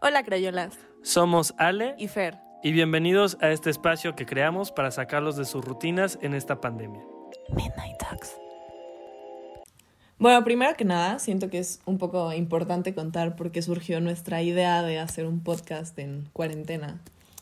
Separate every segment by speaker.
Speaker 1: Hola Crayolas
Speaker 2: Somos Ale
Speaker 1: y Fer.
Speaker 2: y bienvenidos a este espacio que creamos para sacarlos de sus rutinas en esta pandemia.
Speaker 1: Midnight Talks.
Speaker 3: Bueno, primero que nada, siento que es un poco importante contar por qué surgió nuestra idea de hacer un podcast en cuarentena.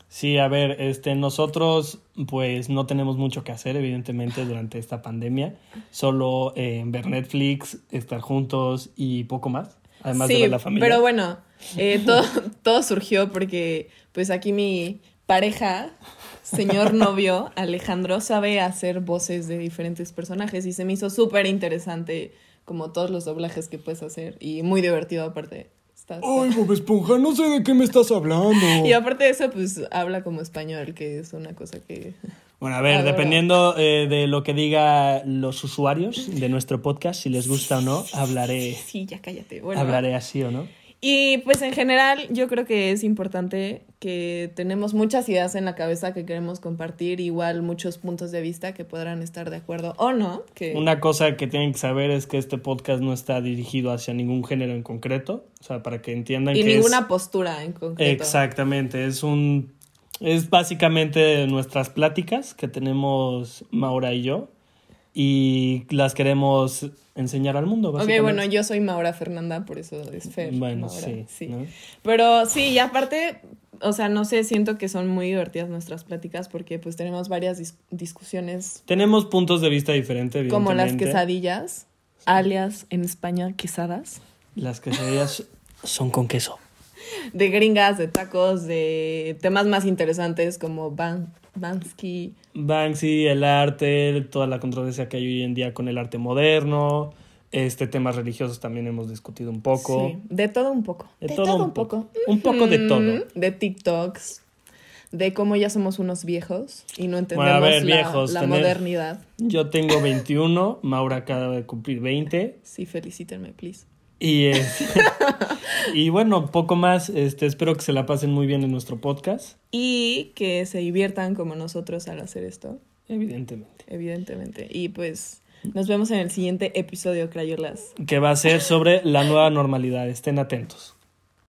Speaker 2: Sí, a ver, este, nosotros pues no tenemos mucho que hacer, evidentemente, durante esta pandemia. Solo eh, ver Netflix, estar juntos y poco más. Además de
Speaker 3: sí,
Speaker 2: ver la familia.
Speaker 3: pero bueno, eh, todo, todo surgió porque pues aquí mi pareja, señor novio, Alejandro, sabe hacer voces de diferentes personajes y se me hizo súper interesante como todos los doblajes que puedes hacer y muy divertido aparte. Está- está-
Speaker 4: Ay, Bob Esponja, no sé de qué me estás
Speaker 2: Oh.
Speaker 4: hablando.
Speaker 3: Y aparte de eso, pues habla como español, que es una cosa que...
Speaker 2: Bueno, a ver,
Speaker 3: Adoro.
Speaker 2: dependiendo eh, de lo que digan los usuarios de nuestro podcast, si les gusta o no, hablaré,
Speaker 3: Sí, ya cállate. Bueno,
Speaker 2: hablaré así o no.
Speaker 3: Y pues en general yo creo que es importante que tenemos muchas ideas en la cabeza que queremos compartir, igual muchos puntos de vista que podrán estar de acuerdo o no. Que...
Speaker 2: Una cosa que tienen que saber es que este podcast no está dirigido hacia ningún género en concreto, o sea, para que entiendan
Speaker 3: Y
Speaker 2: que
Speaker 3: ninguna
Speaker 2: es
Speaker 3: postura en concreto.
Speaker 2: exactamente, es un es básicamente nuestras pláticas que tenemos Maura y yo y las queremos enseñar al mundo,
Speaker 3: Ok,
Speaker 2: básicamente.
Speaker 3: bueno, yo soy Maura Fernanda, por eso es Fer.
Speaker 2: bueno,
Speaker 3: Maura,
Speaker 2: sí, ¿no?
Speaker 3: Pero sí, y aparte, o sea, no sé, siento que son muy divertidas nuestras pláticas porque pues tenemos varias dis- discusiones
Speaker 2: Tenemos puntos de vista diferentes,
Speaker 3: como las
Speaker 2: evidentemente.
Speaker 3: quesadillas, alias en España quesadas.
Speaker 2: Las quesadillas son con queso.
Speaker 3: de gringas, de tacos, de temas más interesantes como Ban Bansky.
Speaker 2: Banksy, el arte, toda la controversia que hay hoy en día con el arte moderno, este temas religiosos también hemos discutido un poco.
Speaker 3: Sí, de todo un poco. Mm,
Speaker 2: De todo un poco. Un poco de todo.
Speaker 3: De TikToks, de cómo ya somos unos viejos y no entendemos
Speaker 2: Bueno, a ver,
Speaker 3: la,
Speaker 2: viejos,
Speaker 3: la
Speaker 2: tener-
Speaker 3: modernidad.
Speaker 2: Yo tengo 21, Maura acaba de cumplir 20
Speaker 3: Sí, felicítenme, please.
Speaker 2: y es- y bueno, poco más, este espero que se la pasen muy bien en nuestro podcast,
Speaker 3: Y que se diviertan como nosotros al hacer esto,
Speaker 2: evidentemente.
Speaker 3: evidentemente. Y pues nos vemos en el siguiente episodio, Crayolas.
Speaker 2: Que va a ser sobre la nueva normalidad, estén atentos.